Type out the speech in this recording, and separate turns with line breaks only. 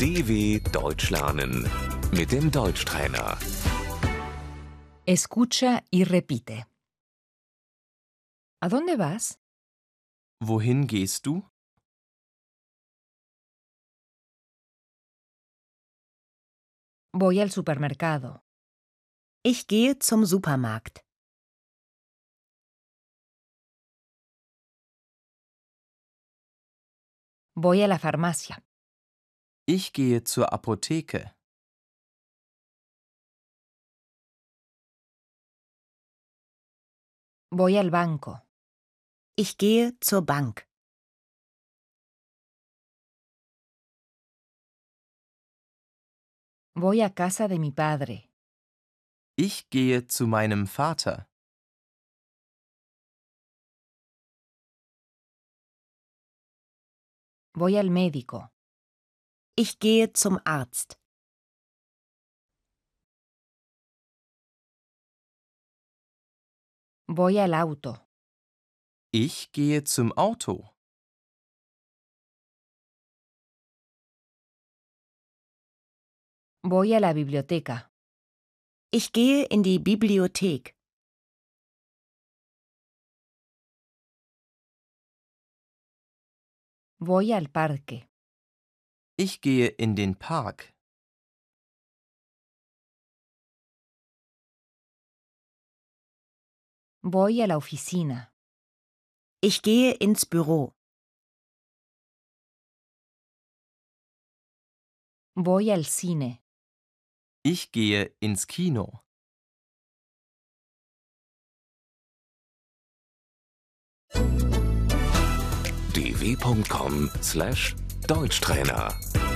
DW Deutsch lernen mit dem Deutschtrainer.
Escucha y repite. ¿A dónde vas?
Wohin gehst du?
Voy al supermercado.
Ich gehe zum Supermarkt.
Voy a la farmacia.
Ich gehe zur Apotheke.
Voy al banco.
Ich gehe zur Bank.
Voy a casa de mi padre.
Ich gehe zu meinem Vater.
Voy al médico.
Ich gehe zum Arzt.
Voy al auto.
Ich gehe zum Auto.
Voy a la biblioteca.
Ich gehe in die Bibliothek.
Voy al parque.
Ich gehe in den Park.
Voy a la oficina.
Ich gehe ins Büro.
Voy al cine.
Ich gehe ins Kino.
dw.com/deutschtrainer